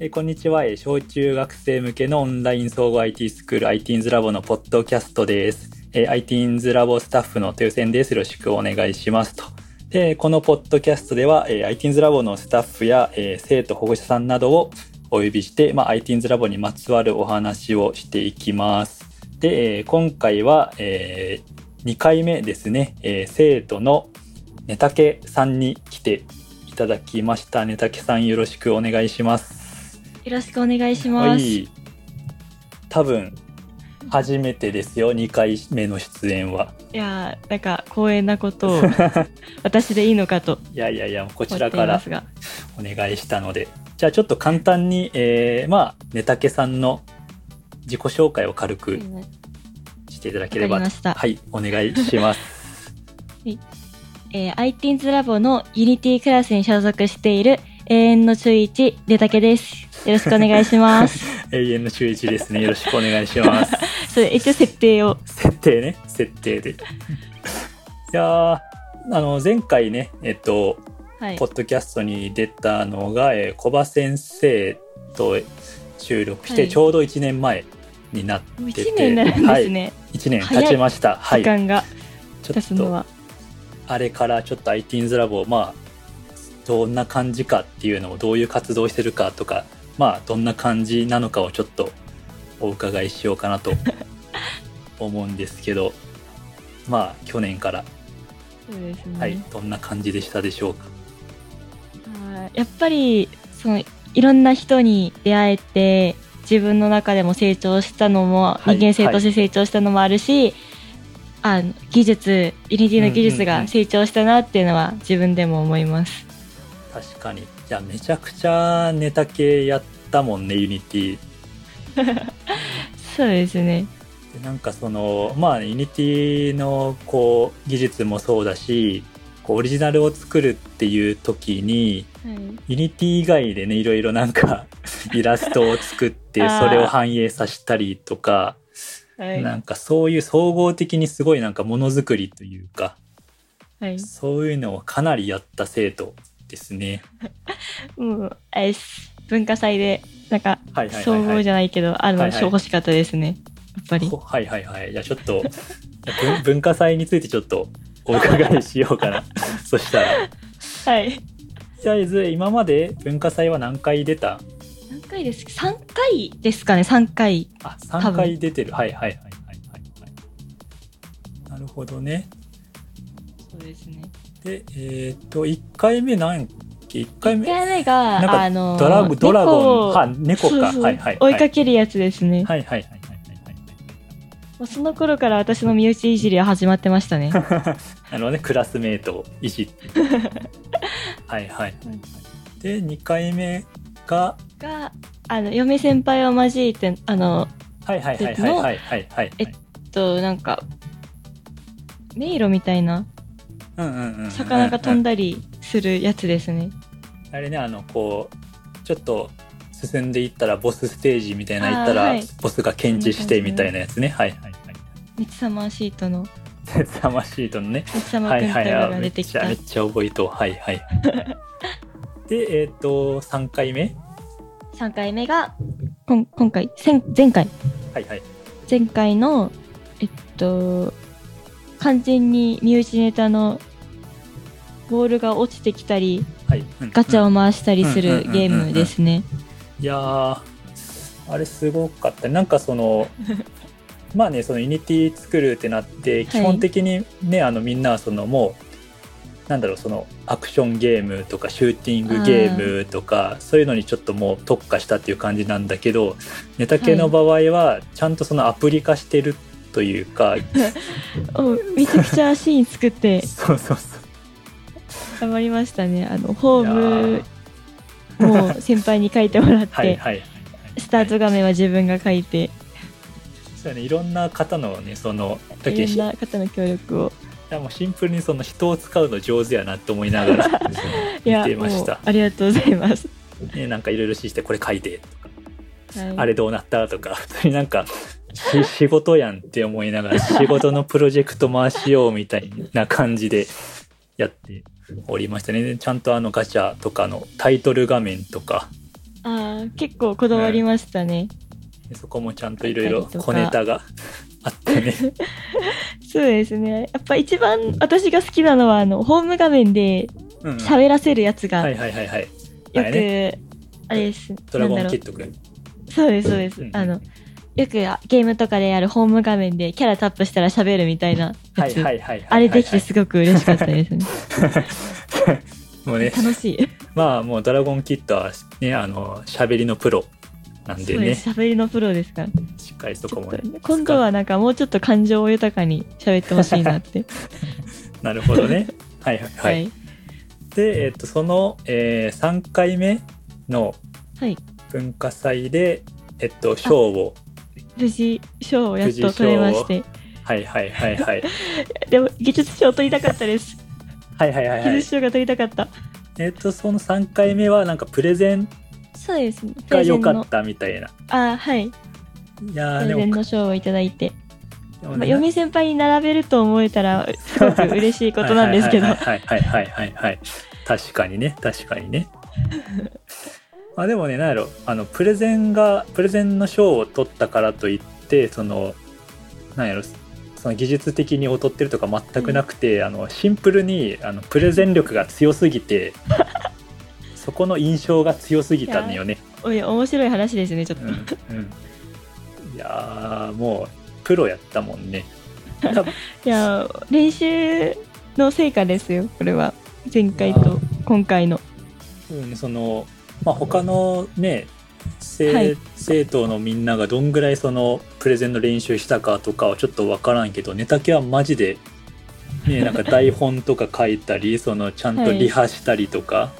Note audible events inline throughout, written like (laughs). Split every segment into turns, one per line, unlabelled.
えーこんにちは、えー小中学生向けのオンライン総合 IT スクール ITeens ラボのポッドキャストです。えー ITeens ラボスタッフの豊先です。よろしくお願いしますと。で、このポッドキャストでは、えー ITeens ラボのスタッフや、えー生徒保護者さんなどをお呼びして、まあ、ITeens ラボにまつわるお話をしていきます。で、えー今回は、え2回目ですね、えー生徒のネタケさんに来ていただきました。ネタケさんよろしくお願いします。
よろしくお願いします。
い。多分、初めてですよ、2回目の出演は。
いやーなんか光栄なこと
(laughs)
を私でいいのかと
いやいやいや、こ
思
ち
って
ら
い
から
ますが、
お願いしたので。じゃあちょっと簡単に、えー、まあ、ネタケさんの自己紹介を軽くしていただければ
わかりました
はい、お願いし
(laughs)
ます。
えー、ITeens ラボのユニティクラスに所属している永遠の中一出たけです。よろしくお願いし
(laughs)
ます。
永遠の週一ですね。よろしくお願いし
(laughs)
ます。
それ一応設定を
設定ね設定でいやーあの前回ねえっと、
はい
ポッドキャストに出たのが、えー、小葉先生と収録し
は
て
い
ちょうど1年前になってて、
もう一年になるんですね、
はい、1年経ちましたはい
時間が
ちょ
経
っ
つの
と
は。
あれからちょっと ITeens ラボまあどんな感じかっていうのをどういう活動をしてるかとかまあどんな感じなのかをちょっとお伺いしようかなと思うんですけどまあ去年から
そうですね
はい、どんな感じでしたでしょうか。
はいやっぱりそのいろんな人に出会えて自分の中でも成長したのも、
はい
人間性として成長したのもあるし、あの技術ユニティの技術
うんうんうん
が成長したなっていうのは自分でも思います、
確かに。じゃあ、めちゃくちゃネタ系やったもんね、ユニティ。
そうですね
でなんかその、まあ、ユニティの、こう、技術もそうだし、こう、オリジナルを作るっていう時に、
はい
ユニティ以外でね、いろいろなんか、 (laughs) イラストを作って、
あー
それを反映させたりとか、
はい
なんかそういう総合的にすごいなんかものづくりというか、
はい
そういうのをかなりやった生徒ですね。
もうあれです文化祭でなんか
はいはいはい、はい。
総合じゃないけどあの、
はいはい
欲しかったですねやっぱり
ほはいはいはい。じゃあちょっと文文化祭についてちょっとお伺いしよ
(laughs)
うかな。そしたら。と
はい
りあえず今まで文化祭は何回出た
何回ですか3回ですかね3回
あ3回出てる。はいはいはいはいはいはい。なるほどね。
そうですね
で、えっと、1回目何期 ?1 回
1
目。
回目が、
なんか
あの
ドラゴン、ドラゴン。は、
を
猫か。
そうそう
はいはい。
追いか
け。
けるやつですね。
はいはいはいはいはい
もうその頃から私の身内いじりは始まってま
(laughs)
したね。
はい。あのね、クラスメートをいじって。
(laughs)
はいはいはいはい。で、2回目が、
が、あの、嫁先輩を交えて、あの、
はいはいはいはいはいはいはい。
えと、なんか、迷路みたいな、
うんうんうんうん
魚が飛んだりするやつですね。
あれね、あの、こう、ちょっと進んでいったらボスステージみたいな
あー
行ったら、
はい
ボスが検知してみたいなやつね。はいはいはい。
ミツサマーシートの、
鉄玉シートのね。
(laughs) ミツサマ
は
ーく
い
ん
は
た
い
が
はい。め
出
って
き
ち
た。
ゃめっちゃ覚えとう。は
(laughs)
いはい。で、えっ、と、3回目
3回目が、こん今回、前前回、
はいはい。
前回の、えっと、完全に身内ネタの、ボールが落ちてきたり、
はい。うん
ガチャ
う
を
ん
回したりするゲームですね。
いやー、あれすごかった。なんか
(laughs)
その、まあね、そのユニティ作るってなって、基本的にね、あのみんなはそのもう、なんだろう、そのアクションゲームとかシューティングゲームとか、そういうのにちょっともう特化したっていう感じなんだけど、ネタ系の場合は、ちゃんとそのアプリ化してるというか、
おめちゃくちゃシーン作って
そうそうそう。
頑張りましたね。あのホ
い
ー
や
ムも先輩に書いてもらって、
はいはいはい。
スタート画面は自分が書いて、
そうね、いろんな方のね、その、だけ
い
ど
ろんな方の協力を。
いやもうシンプルにその人を使うの上手やなって思いな
(laughs)
がら
いや
見てまし
もう
た、
ありがとうございます。
ね、なんかいろいろ指示してこれ書いてとか、
はい
あれどうなったとか (laughs) 普通になんかし仕事やんって思いながら仕事のプロジェクト回しようみたいな感じでやっておりましたねちゃんとあのガチャとかのタイトル画面とか
ああ、結構こだわりましたね。
そこもちゃんといろいろ
あったりと
小
か
ネタがあっ
(laughs)
てね。
そうですね。やっぱ一番私が好きなのは、あの、ホーム画面で
うんうん
喋らせるやつが、
は
よ
いはいはいはい。あれね、
く、あれです。
ドラゴ
なん
ン
だ
キ
ろ
ットくん。
う。そうです、そうで
う
す
んう。ん
あの、よくあゲームとかでやるホーム画面でキャラタップしたら喋るみたいなや
はい
つ。
はいはいはい。
あれできてすごく嬉しかったですね。
もうね、
楽しい。
まあもうドラゴンキットはね、あの、喋りのプロなんで
そうで
ね、
す。喋りのプロですから。
しっかりそこも
ちょっと
ね
ね。今度はなんかもうちょっと感情を豊かに喋ってほしいなって。
使う。なるほど
(laughs)
ね。はい (laughs) はいはい。。で、えっと、その、えー、3回目の
はい。
文化祭で、えっと、賞を、
無事、賞をやっと取れまして。
はいはいはい
(laughs)
はい。
でも、技術賞を取りたかったです。
はいはいはいは
技
い
術。賞が取りたかった。
えっと、その3回目は、なんかプレゼン
そうですね。プ
が
レゼ
良
ン
かっ
の。
たみたいな。
あはい。
いや
プレ
ー、で
ゼン
も、
の賞をいただいて。
でも
まあ、
ね
嫁先輩に並べると思えたら、すごく嬉しいことなんですけど
は。いはいはいはいはいはいはい。確かにね、確か
(laughs)
にね。まあでもね、なんやろ、あの、プレゼンが、プレゼンの賞を取ったからといって、その、なんやろ、その技術的に劣ってるとか全くなくて、あの、シンプルに、あの、プレゼン力が強す
(laughs)
ぎて、そこの印象が強すぎたんだよね。
おい、面白い話ですね、ちょっと。
うんうんいやー、もう、プロやったもんね。多分
いや、練習の成果ですよ、これは。前回と今回の。
うん、その、まあ、他のね生,、
はい
生徒のみんながどんぐらいそのプレゼンの練習したかとかはちょっと分からんけどネタ系はマジで、ね、なんか台本とか書いた
(laughs)
りそのちゃんと
はい
リハしたりとか、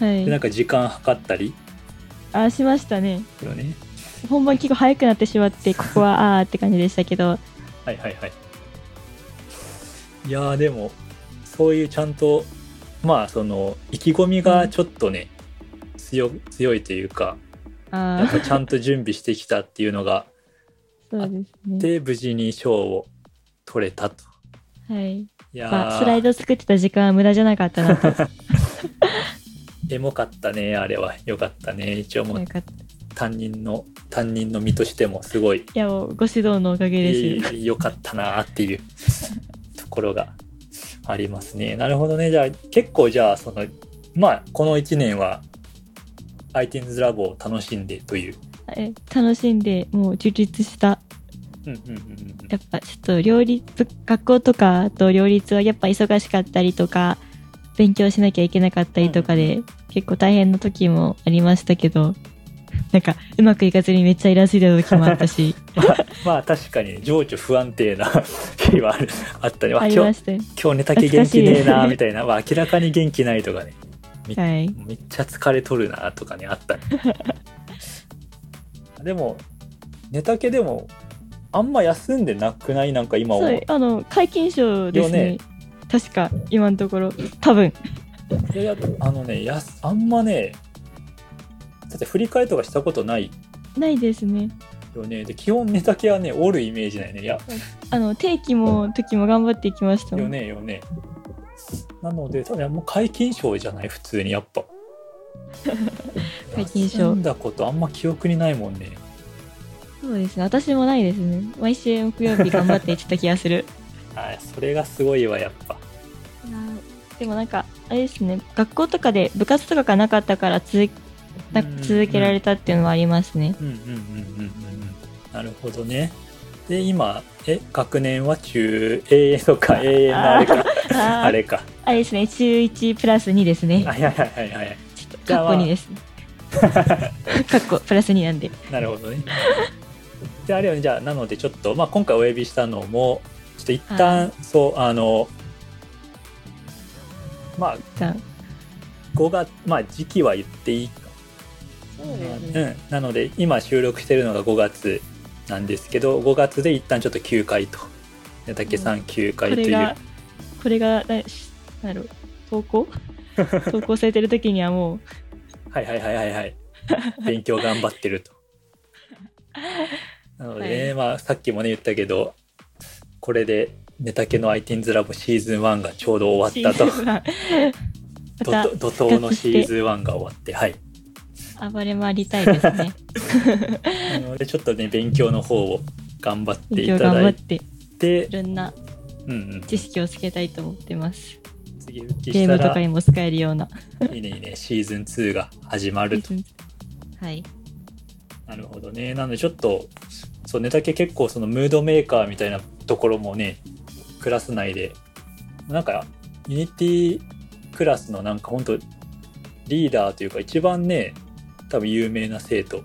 は
でなん
い。
か時間計ったり
あ、しましたね。
よね
本番結構早くなってしまって、ここはあーって感じでしたけど。
はいはいはいいやーでもそういうちゃんとまあその意気込みがちょっとね、強強いというか
あ
なん
ー
かちゃんと準備してきたっていうのが
そうですね。
で無事に賞を取れたと。
はい。
いやー、
まあ、スライド作ってた時間は無駄じゃなかったな
(laughs)
と。
エモかったねあれはよかったね一応も
な
うん
かい
担任の担任の身としてもすごい
や、もうご指導のおかげですよ。
いいよかったなーっていう (laughs) ところがありますねなるほどねじゃあ結構じゃあそのまあこの1年は ITINS ラボを楽しんでという。
え楽しんでもう充実した
うんうんうんうん
やっぱちょっと両立学校とかと両立はやっぱ忙しかったりとか勉強しなきゃいけなかったりとかで、結構大変な時もありましたけどなんかうまくいかずにめっちゃイラついた時もあった
(laughs)
し
(laughs) まあ、まあ確かに情緒不安定な (laughs) 日はあるあったね。わ
あり
今
ま
日
したよ
今日寝たけ元気ねえ
懐か
な
しい
みたいな、まあ、明らかに元気ないとかね
はい
めっちゃ疲れとるなとかねあったね (laughs) でも寝たけでもあんま休んでなくないなんか今思
そううあの皆勤賞ですね
よね
確か今のところ多分
いやいやあのねやすあんまねだって振り替えとかしたことない
ないですね
よねで基本寝たけはねおるイメージないねいや
あの定期も時も頑張っていきましたも
よ
ん
ねよねなので多分もう皆勤賞じゃない普通にやっ
(laughs)
ぱ
皆勤賞
休んだことあんま記憶にないもんね
そうですね私もないですね毎週木曜日頑張っていってた気がする
あそれがすごいわやっぱ
いやーでもなんかあれですね学校とかで部活とかがなかったから続な
うん
続けられたっていうのはありますね、
うんうんうんうんうんうんなるほどねで今え学年は中永遠
(laughs)
とか永遠のあれか
あー
あれか
あれですね中1プラス2ですね
はいはいはいはいはい
ちょっと
じゃあ
カ
ま
ッ
あ
コ2です
(laughs)
カッコプラス2なんで
なるほどねであれよねじゃあなのでちょっと、まあ、今回お呼びしたのもちょっと一旦、そうあのまあ
じゃ
5月まあ時期は言っていいか
そう
うん、なので今収録してるのが5月なんですけど5月で一旦ちょっと休会と矢竹さん休
こ
会と
れ
いう、
がこれがなしなんだろう投
(laughs)
稿投稿されてる時にはもう
はいはいはいはいはい。勉強頑張って
(laughs)
ると。なのでね、
はい
まあさっきもね言ったけど、これでネタ系の ITINS ラボシーズン1がちょうど
(laughs)
終わったと。
シーズンはまた
怒涛怒涛のシーズン1が終わって、はい。
暴れ回りたいです
(laughs)
ね。
なのでちょっとね勉強の方を頑張ってい
勉強
た
頑張
だ
っ
い
て、い
て、
ろんな
うんうん、
知識をつけたいと思ってます。
次復帰
ゲ
し
ー
た
ムとからに
い
も使えるような。
いねいいねシーズン2が始まると
はい。
なるほどねなのでちょっとそうネタ系結構そのムードメーカーみたいなところもねクラス内でなんかユニティクラスのなんか本当リーダーというか一番ね多分有名な生徒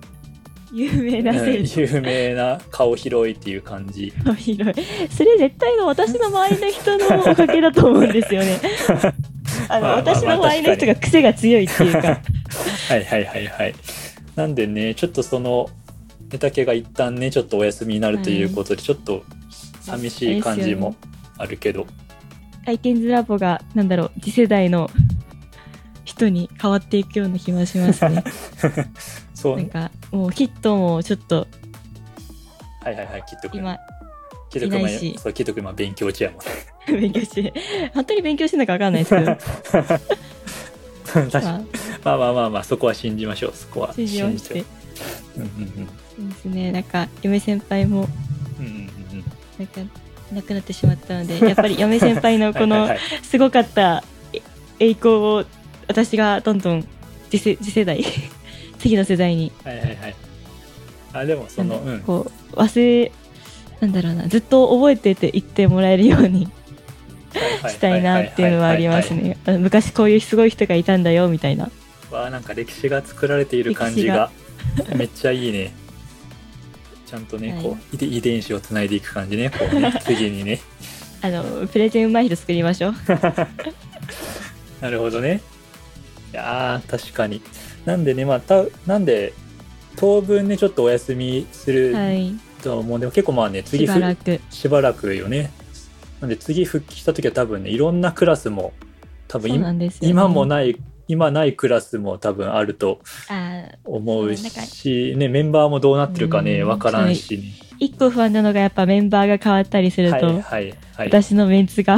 有名な生徒
(laughs) うん有名な顔広いっていう感じ
の広い。それ絶対の私の周りの人のおかげだと思うんですよ
(laughs)
ね。あの、
まあまあまあ
私の周りの人が癖が強いっていうか。
はいはいはいはい。なんでね、ちょっとその、ネタ系が一旦ね、ちょっとお休みになるということで、ちょっと寂しい感じもあるけど、
回転ズラボが、なんだろう、次世代の人に変わっていくような気がしますね。
(laughs) そう、
なん
は
か、もうキットもちょっと
いはいはい、きっとくん、
今、 (laughs)
きっとくん
いないし
は、そう、きっとくんは勉強中やもんね。
勉強して、本当に勉強してるのかわかんないですけど、
(laughs)
(laughs)
確かに
まあ、
まあまあまあまあ、そこは信じましょう、そこは
信じまして。
信じよううん
そうですね、なんか、嫁先輩も、
うんうん。うんうんうんうん
なんか、亡くなってしまったので、やっぱり嫁先輩のこ
はいは
の
いはい
すごかったえ栄光を、私がどんどん次世次世代、 (laughs) 次の世代に、
はいはいはい。あ、でも
な
そ
んだ
の、
ろ
う。
うんこう、忘れ、なんだろうな、ずっと覚えてて言ってもらえるようにしたいなっていうのはありますね。あの昔こういうすごい人がいたんだよ、みたいな。
わあなんか歴史が作られている感じがめっちゃいいねちゃんとね、
はい
こう遺伝遺伝子をつないでいく感じねこ
(laughs)
うね次にね
あの、プレゼンうまい人作りましょう。
なるほどねいやー確かになんでねまあたなんで当分ねちょっとお休みす
は
る
い。
と思うんで、結構まあね次
しば
ふ
らく。
しばらくよねなんで次復帰した時は多分ねいろんなクラスも多分
そう
い
なんですよ、ね。
今もない今ないクラスも多分あると
あー
思う
そうなん
し、ね、メンバーもどうなってるかね
うん
分からんし、ね
一個不安なのがやっぱメンバーが変わったりすると、
はいはいはい
私のメンツが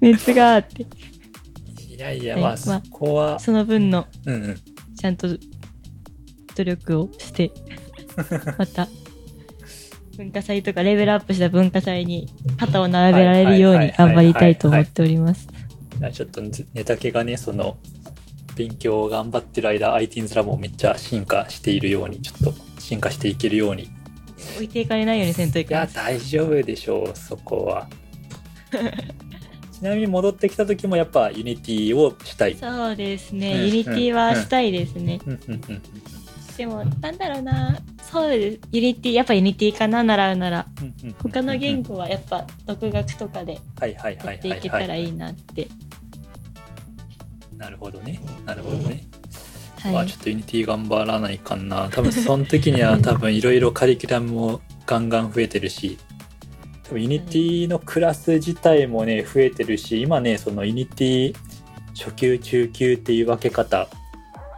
メンツがって
いやいや
はい
ま
ま
あ
あ
そこは、
その分の
うんうん
ちゃんと努力をしてまた文化祭とかレベルアップした文化祭に肩を並べられるように頑張りたいと思っております。
じゃあちょっとネタ系がねその勉強を頑張ってる間 IT's ラボもめっちゃ進化しているようにちょっと進化していけるようにい
置いていかれないようにせんといけな
や
い。
大丈夫でしょうそこ
(laughs)
はちなみに戻ってきた時もやっぱユニティをしたい
そうです
うん
ね。ユニティはしたいですね。
うんうんうん
でも、なんだろうな。そうです。ユニティ、やっぱユニティかな、習うなら。
うんうん
他の言語はやっぱ独学とかで
はいは
や
いはい
っ
は
て
い
いけた
は
ら
い
いいなって。
なるほどねなるほどねま
は
あ
い
ちょ。っとユニティ頑張らないかな多分その時
(laughs)
には多分いろいろカリキュラムもガンガン増えてるし多分ユニティのクラス自体もね増えてるし今ねそのユニティ初級中級っていう分け方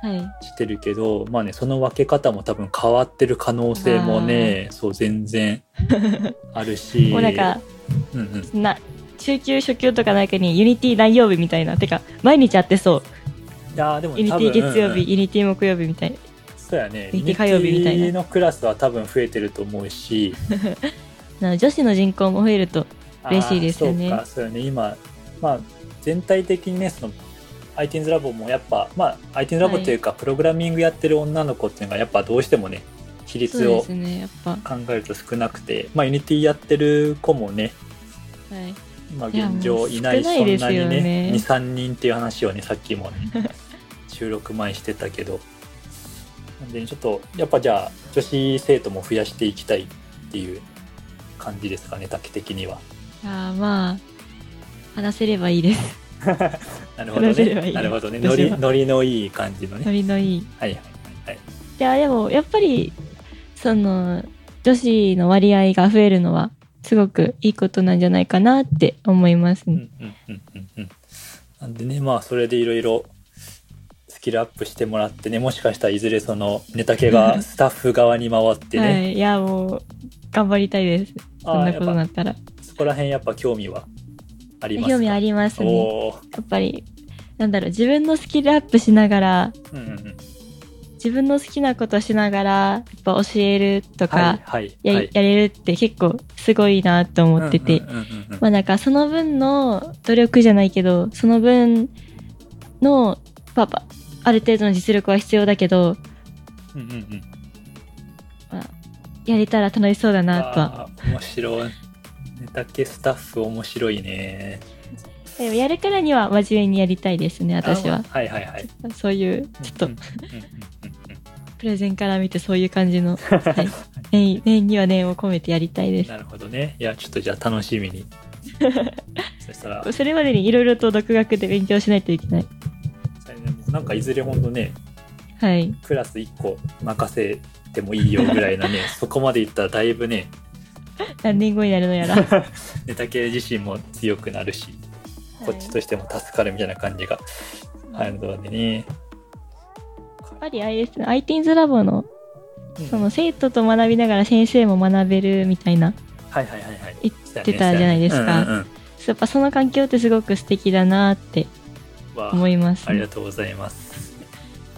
はい。
してるけどまあねその分け方も多分変わってる可能性もねそう全
(laughs)
然あるし
もうなんか、
うんうん、
な、中級、初級とかなんかにユニティ何曜日みたいな。てか、毎日あってそう。
いやーでも
ユニテ
多
ィ
分
月曜
うんうん
日、ユニティ木曜日みたいな。
そうやね
ユニティ火曜日みたいな
ユニティのクラスは多分増えてると思うし
なので女子の人口も増えると。 (laughs) 嬉しいですよね
あーそうか、そうよね。今、まあ、全体的にね、その、IT's ラボもやっぱ、まあ、IT's ラボというか、プログラミングやってる女の子っていうのが、やっぱどうしてもね、比
そう
率
で
を
すね、やっぱ。は
考えると少なくて、まあ、Unity やってる子もね、
い。
今
いや
現状いない
もう少ないです
そ
よ
ん
ね
なにね、2、3人っていう話をね、さっきも
(laughs)
ね、収録前してたけど、なんで、ちょっと、やっぱじゃあ、女子生徒も増やしていきたいっていう感じですかね、卓的には。
いやーまあ、話せればいい (laughs) です。
なるほど
話せれば
ね。
いい
なるほどね。ノ
私は
リノリのいい感じのね。
ノ
はい
リのいい。
はいはい
いや、でも、やっぱり、その、女子の割合が増えるのは、すごくいいことなんじゃないかなって思います
う
ね。
んうんうんうんうん。なんでねまあそれでいろいろスキルアップしてもらってねもしかしたらいずれそのネタ系がスタッフ側に回って
は
ね、
い。いや、もう、頑張りたいです。そん
あ
な
ーや
こと
っ
に
ぱ
なったら。
そこら辺やっぱ興味はありますか
興味あ
り
りますね。
おー
やっぱり、なんだろう、自分のスキルアップしながら、
うんうんうん
自分の好きなことしながら、やっぱ教えるとか、
はいはい
や
はい
やれるって結構すごいなと思ってて、
うんうんうんうん
まあなんかその分の努力じゃないけどその分のパパある程度の実力は必要だけど、
うんうんうん
まあやれたら楽しそうだなとは
あー面白いネタ系スタッフ面白いね
でもやるからには真面目にやりたいですね私
あ
は
はいはいはい
そういうちょっと
うんうんうんうん
プレゼンから見てそういう感じの、はい、念念には念を込めてやりたいです
なるほどねいやちょっとじゃあ楽し
(laughs)
みにそしたら
それまでにいろいろと独学で勉強しないといけない
なんかいずれほんとね
はい
クラス1個任せてもいいよぐらい
(laughs)
なねそこまでいったらだいぶね
何年後になるのやらは
(laughs) ネタ系自身も強くなるしこっちとしても助かるみたいな感じがあるのでね。
やっぱりあれですね IT's ラボのその生徒と学びながら先生も学べるみたいな
はいはいはいはい。
言ってたじゃないですか
うんうんうん
やっぱその環境ってすごく素敵だなって
わ
思います、
あり
や
がとうございます。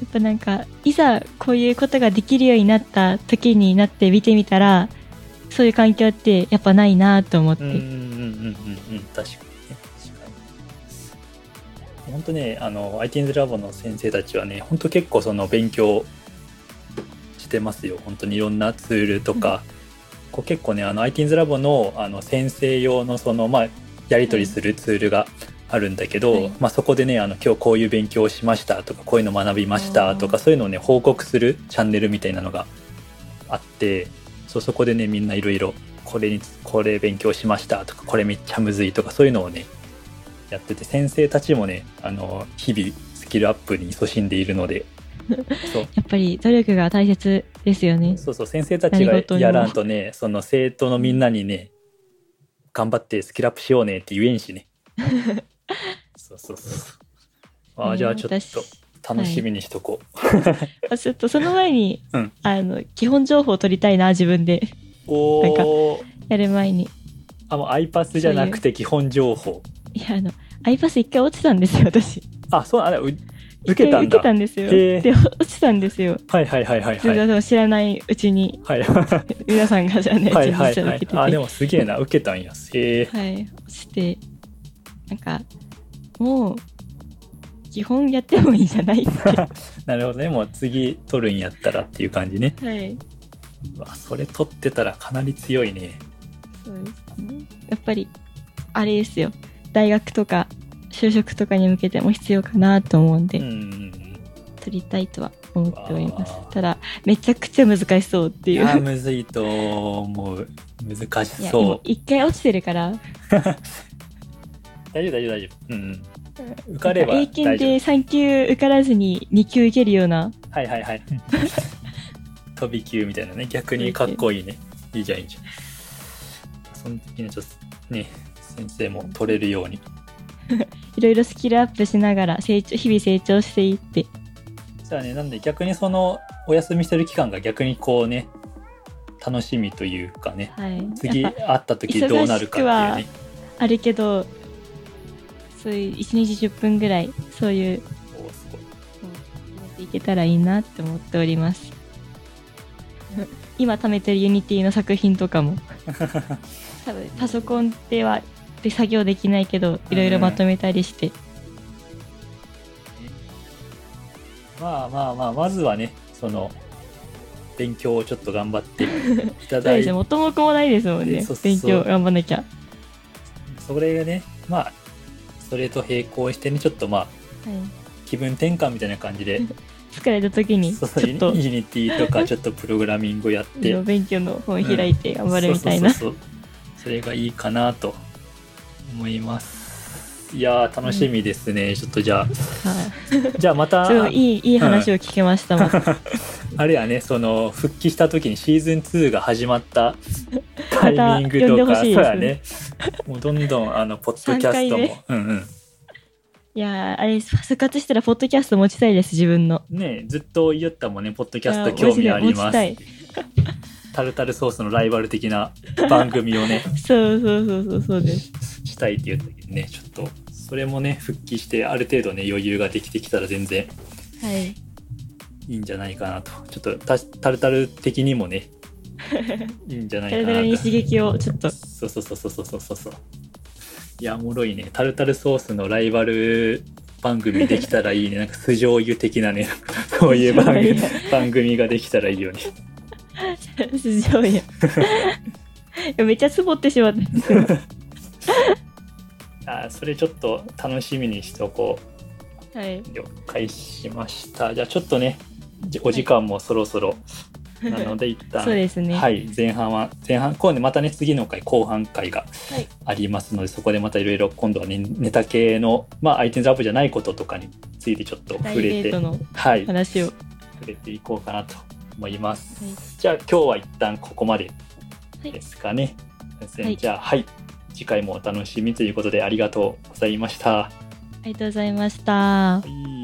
っぱなんかいざこういうことができるようになった時になって見てみたらそういう環境ってやっぱないなと思って、
うんうんうんうんうん確かにね確かに。本当ねあの ITNS ラボの先生たちはね本当結構その勉強してますよ本当にいろんなツールとか、こう結構ねあの ITNS ラボのあの先生用のそのまあやり取りするツールがあるんだけど、
はい
まあ、そこでねあの今日こういう勉強をしましたとかこういうの学びましたとか
あー
そういうのをね報告するチャンネルみたいなのがあってそうそこでねみんないろいろこれにこれ勉強しましたとかこれめっちゃむずいとかそういうのをねやってて先生たちもねあの日々スキルアップに勤しんでいるのでそう
やっぱり努力が大切ですよね
そうそう先生たち
何事
が
にも
やらんとねその生徒のみんなにね頑張ってスキルアップしようねって言えんしねそうそうそうあーじゃあちょっ
私
と楽しみにしとこう、
あちょっとその前に、
うん
あの基本情報を取りたいな自分で
おお
やる前に
あもうアイパスじゃなくて基本情報
いやあのアイパス一回落ちたんですよ私
あそうあれう受けたん
一回受
だ
けたんですよ
へえ
で落ちたんですよ
はいはいはいはい
それ
は
が
い
でも知らないうちに (laughs)
はいは
皆さんがじゃあね、
いはい
ちょっと
は
受けて
い
て
あでもすげえな受けたんやへえ (laughs)
はい、落ちて、なんか、もう、基本やってもいいんじゃないって。
(laughs)
は
なるほどねもう次取るんやったらっていう感じね
い、
うわそれ取ってたらかなり強いね
そうですね。やっぱり、あれですよ、大学とか、就職とかに向けても必要かなと思うんで、
うんうんうん
取りたいとは思っております
わあ。
ただ、めちゃくちゃ難しそうってい
い
う。
やむずいと思う難し
いや
そ
今
う
一回落ちてるから、
大丈夫大丈夫大丈夫うんうん受かれば
英
大丈
検で
夫
3級受からずに2級受けるような、
はいはいはい飛び級みたいなね逆にかっこいいねいいじゃんいいじゃんその時にちょっとね先生も取れるように
いろいろスキルアップしながら成長、日々成長していって、
じゃあねなんで逆にそのお休みしてる期間が逆にこうね楽しみというかね
はい。
次
や
会
っ
った時どうなるかっていうね
ぱあるけど、そういう1日10分ぐらい、そういう、
おーすごい
やっていけたらいいなって思っております。 (laughs) 今貯めてるユニティの作品と
(laughs)
かも、多分パソコンでは、で作業できないけど、いろいろまとめたりして、
まあまあまあまずはねその勉強をちょっと頑張 (laughs) っていた
そう
だ
で
い
すね、
て
元も子もないですもんね
そう。そう
勉
そう
強頑張んなきゃ。
それがねまあそれと並行してねちょっとまあ気分転換みたいな感じで
疲れた時に、ちょ
そ
っ
うそうユニ
と、
ユニティとかちょっとプログラミングや
(laughs)
って
勉強の本開いて頑張るみたいな。
そうそうそうそうそれがいいかなと思いますいやー楽しみですね、ちょっと
(laughs)
じゃあ
はい
じゃあまた
すごいいいいい話を聞けました、また
あれやねその復帰した時にシーズン2が始ま
(laughs)
ったタ
また
イミング
呼んで
と
ほ
か、
しい
そう
で
や
す
ね
ね
もうどんどんあのポッドキャ
三
スト
回
も
目、
うん
いやーあれ復活したらポッドキャスト持ちたいです自分の
うん、ねずっと言いよったもんねポッドキャス
い
ト
や
興味あり
マ
ま
ジで
す
持ち
タルタルソースのライバル的な番組を
(laughs)
ね
そうそうそうそうそうです
したいって言ったけどねちょっとそれもね復帰してある程度ね余裕ができてきたら全然
はい
いいんじゃないかなとちょっとたタルタル的にもねいいんじゃないかなと
体に刺激をちょっと
そうそうそうそうそうそうそうそういやおもろいねタルタルソースのライバル番組できたらいいねなんか酢醤油的なねそういう番組
いや
番組ができたらいいよね (laughs)
(laughs) 素性やいやめっちゃツボってしまったんですよ
あーそれちょっと楽しみにしておこう
はい
了解しましたじゃあちょっとねじお時間もそろそろなので一旦
そうですね
はい、前半は前半今度またね次の回後半回が
はい
ありますので、そこでまたいろいろ今度はねネタ系のまあアイテムズアップじゃないこととかについてちょっと
ダイ
触れ
エー
て
トの
はい触
話を、は
れていこうかなと思います、
い
じゃあ今日は一旦ここまで
はい
ですかね、先生
はい
じゃあはい次回もお楽しみということでありがとうございました、は
ありがとうございました。
い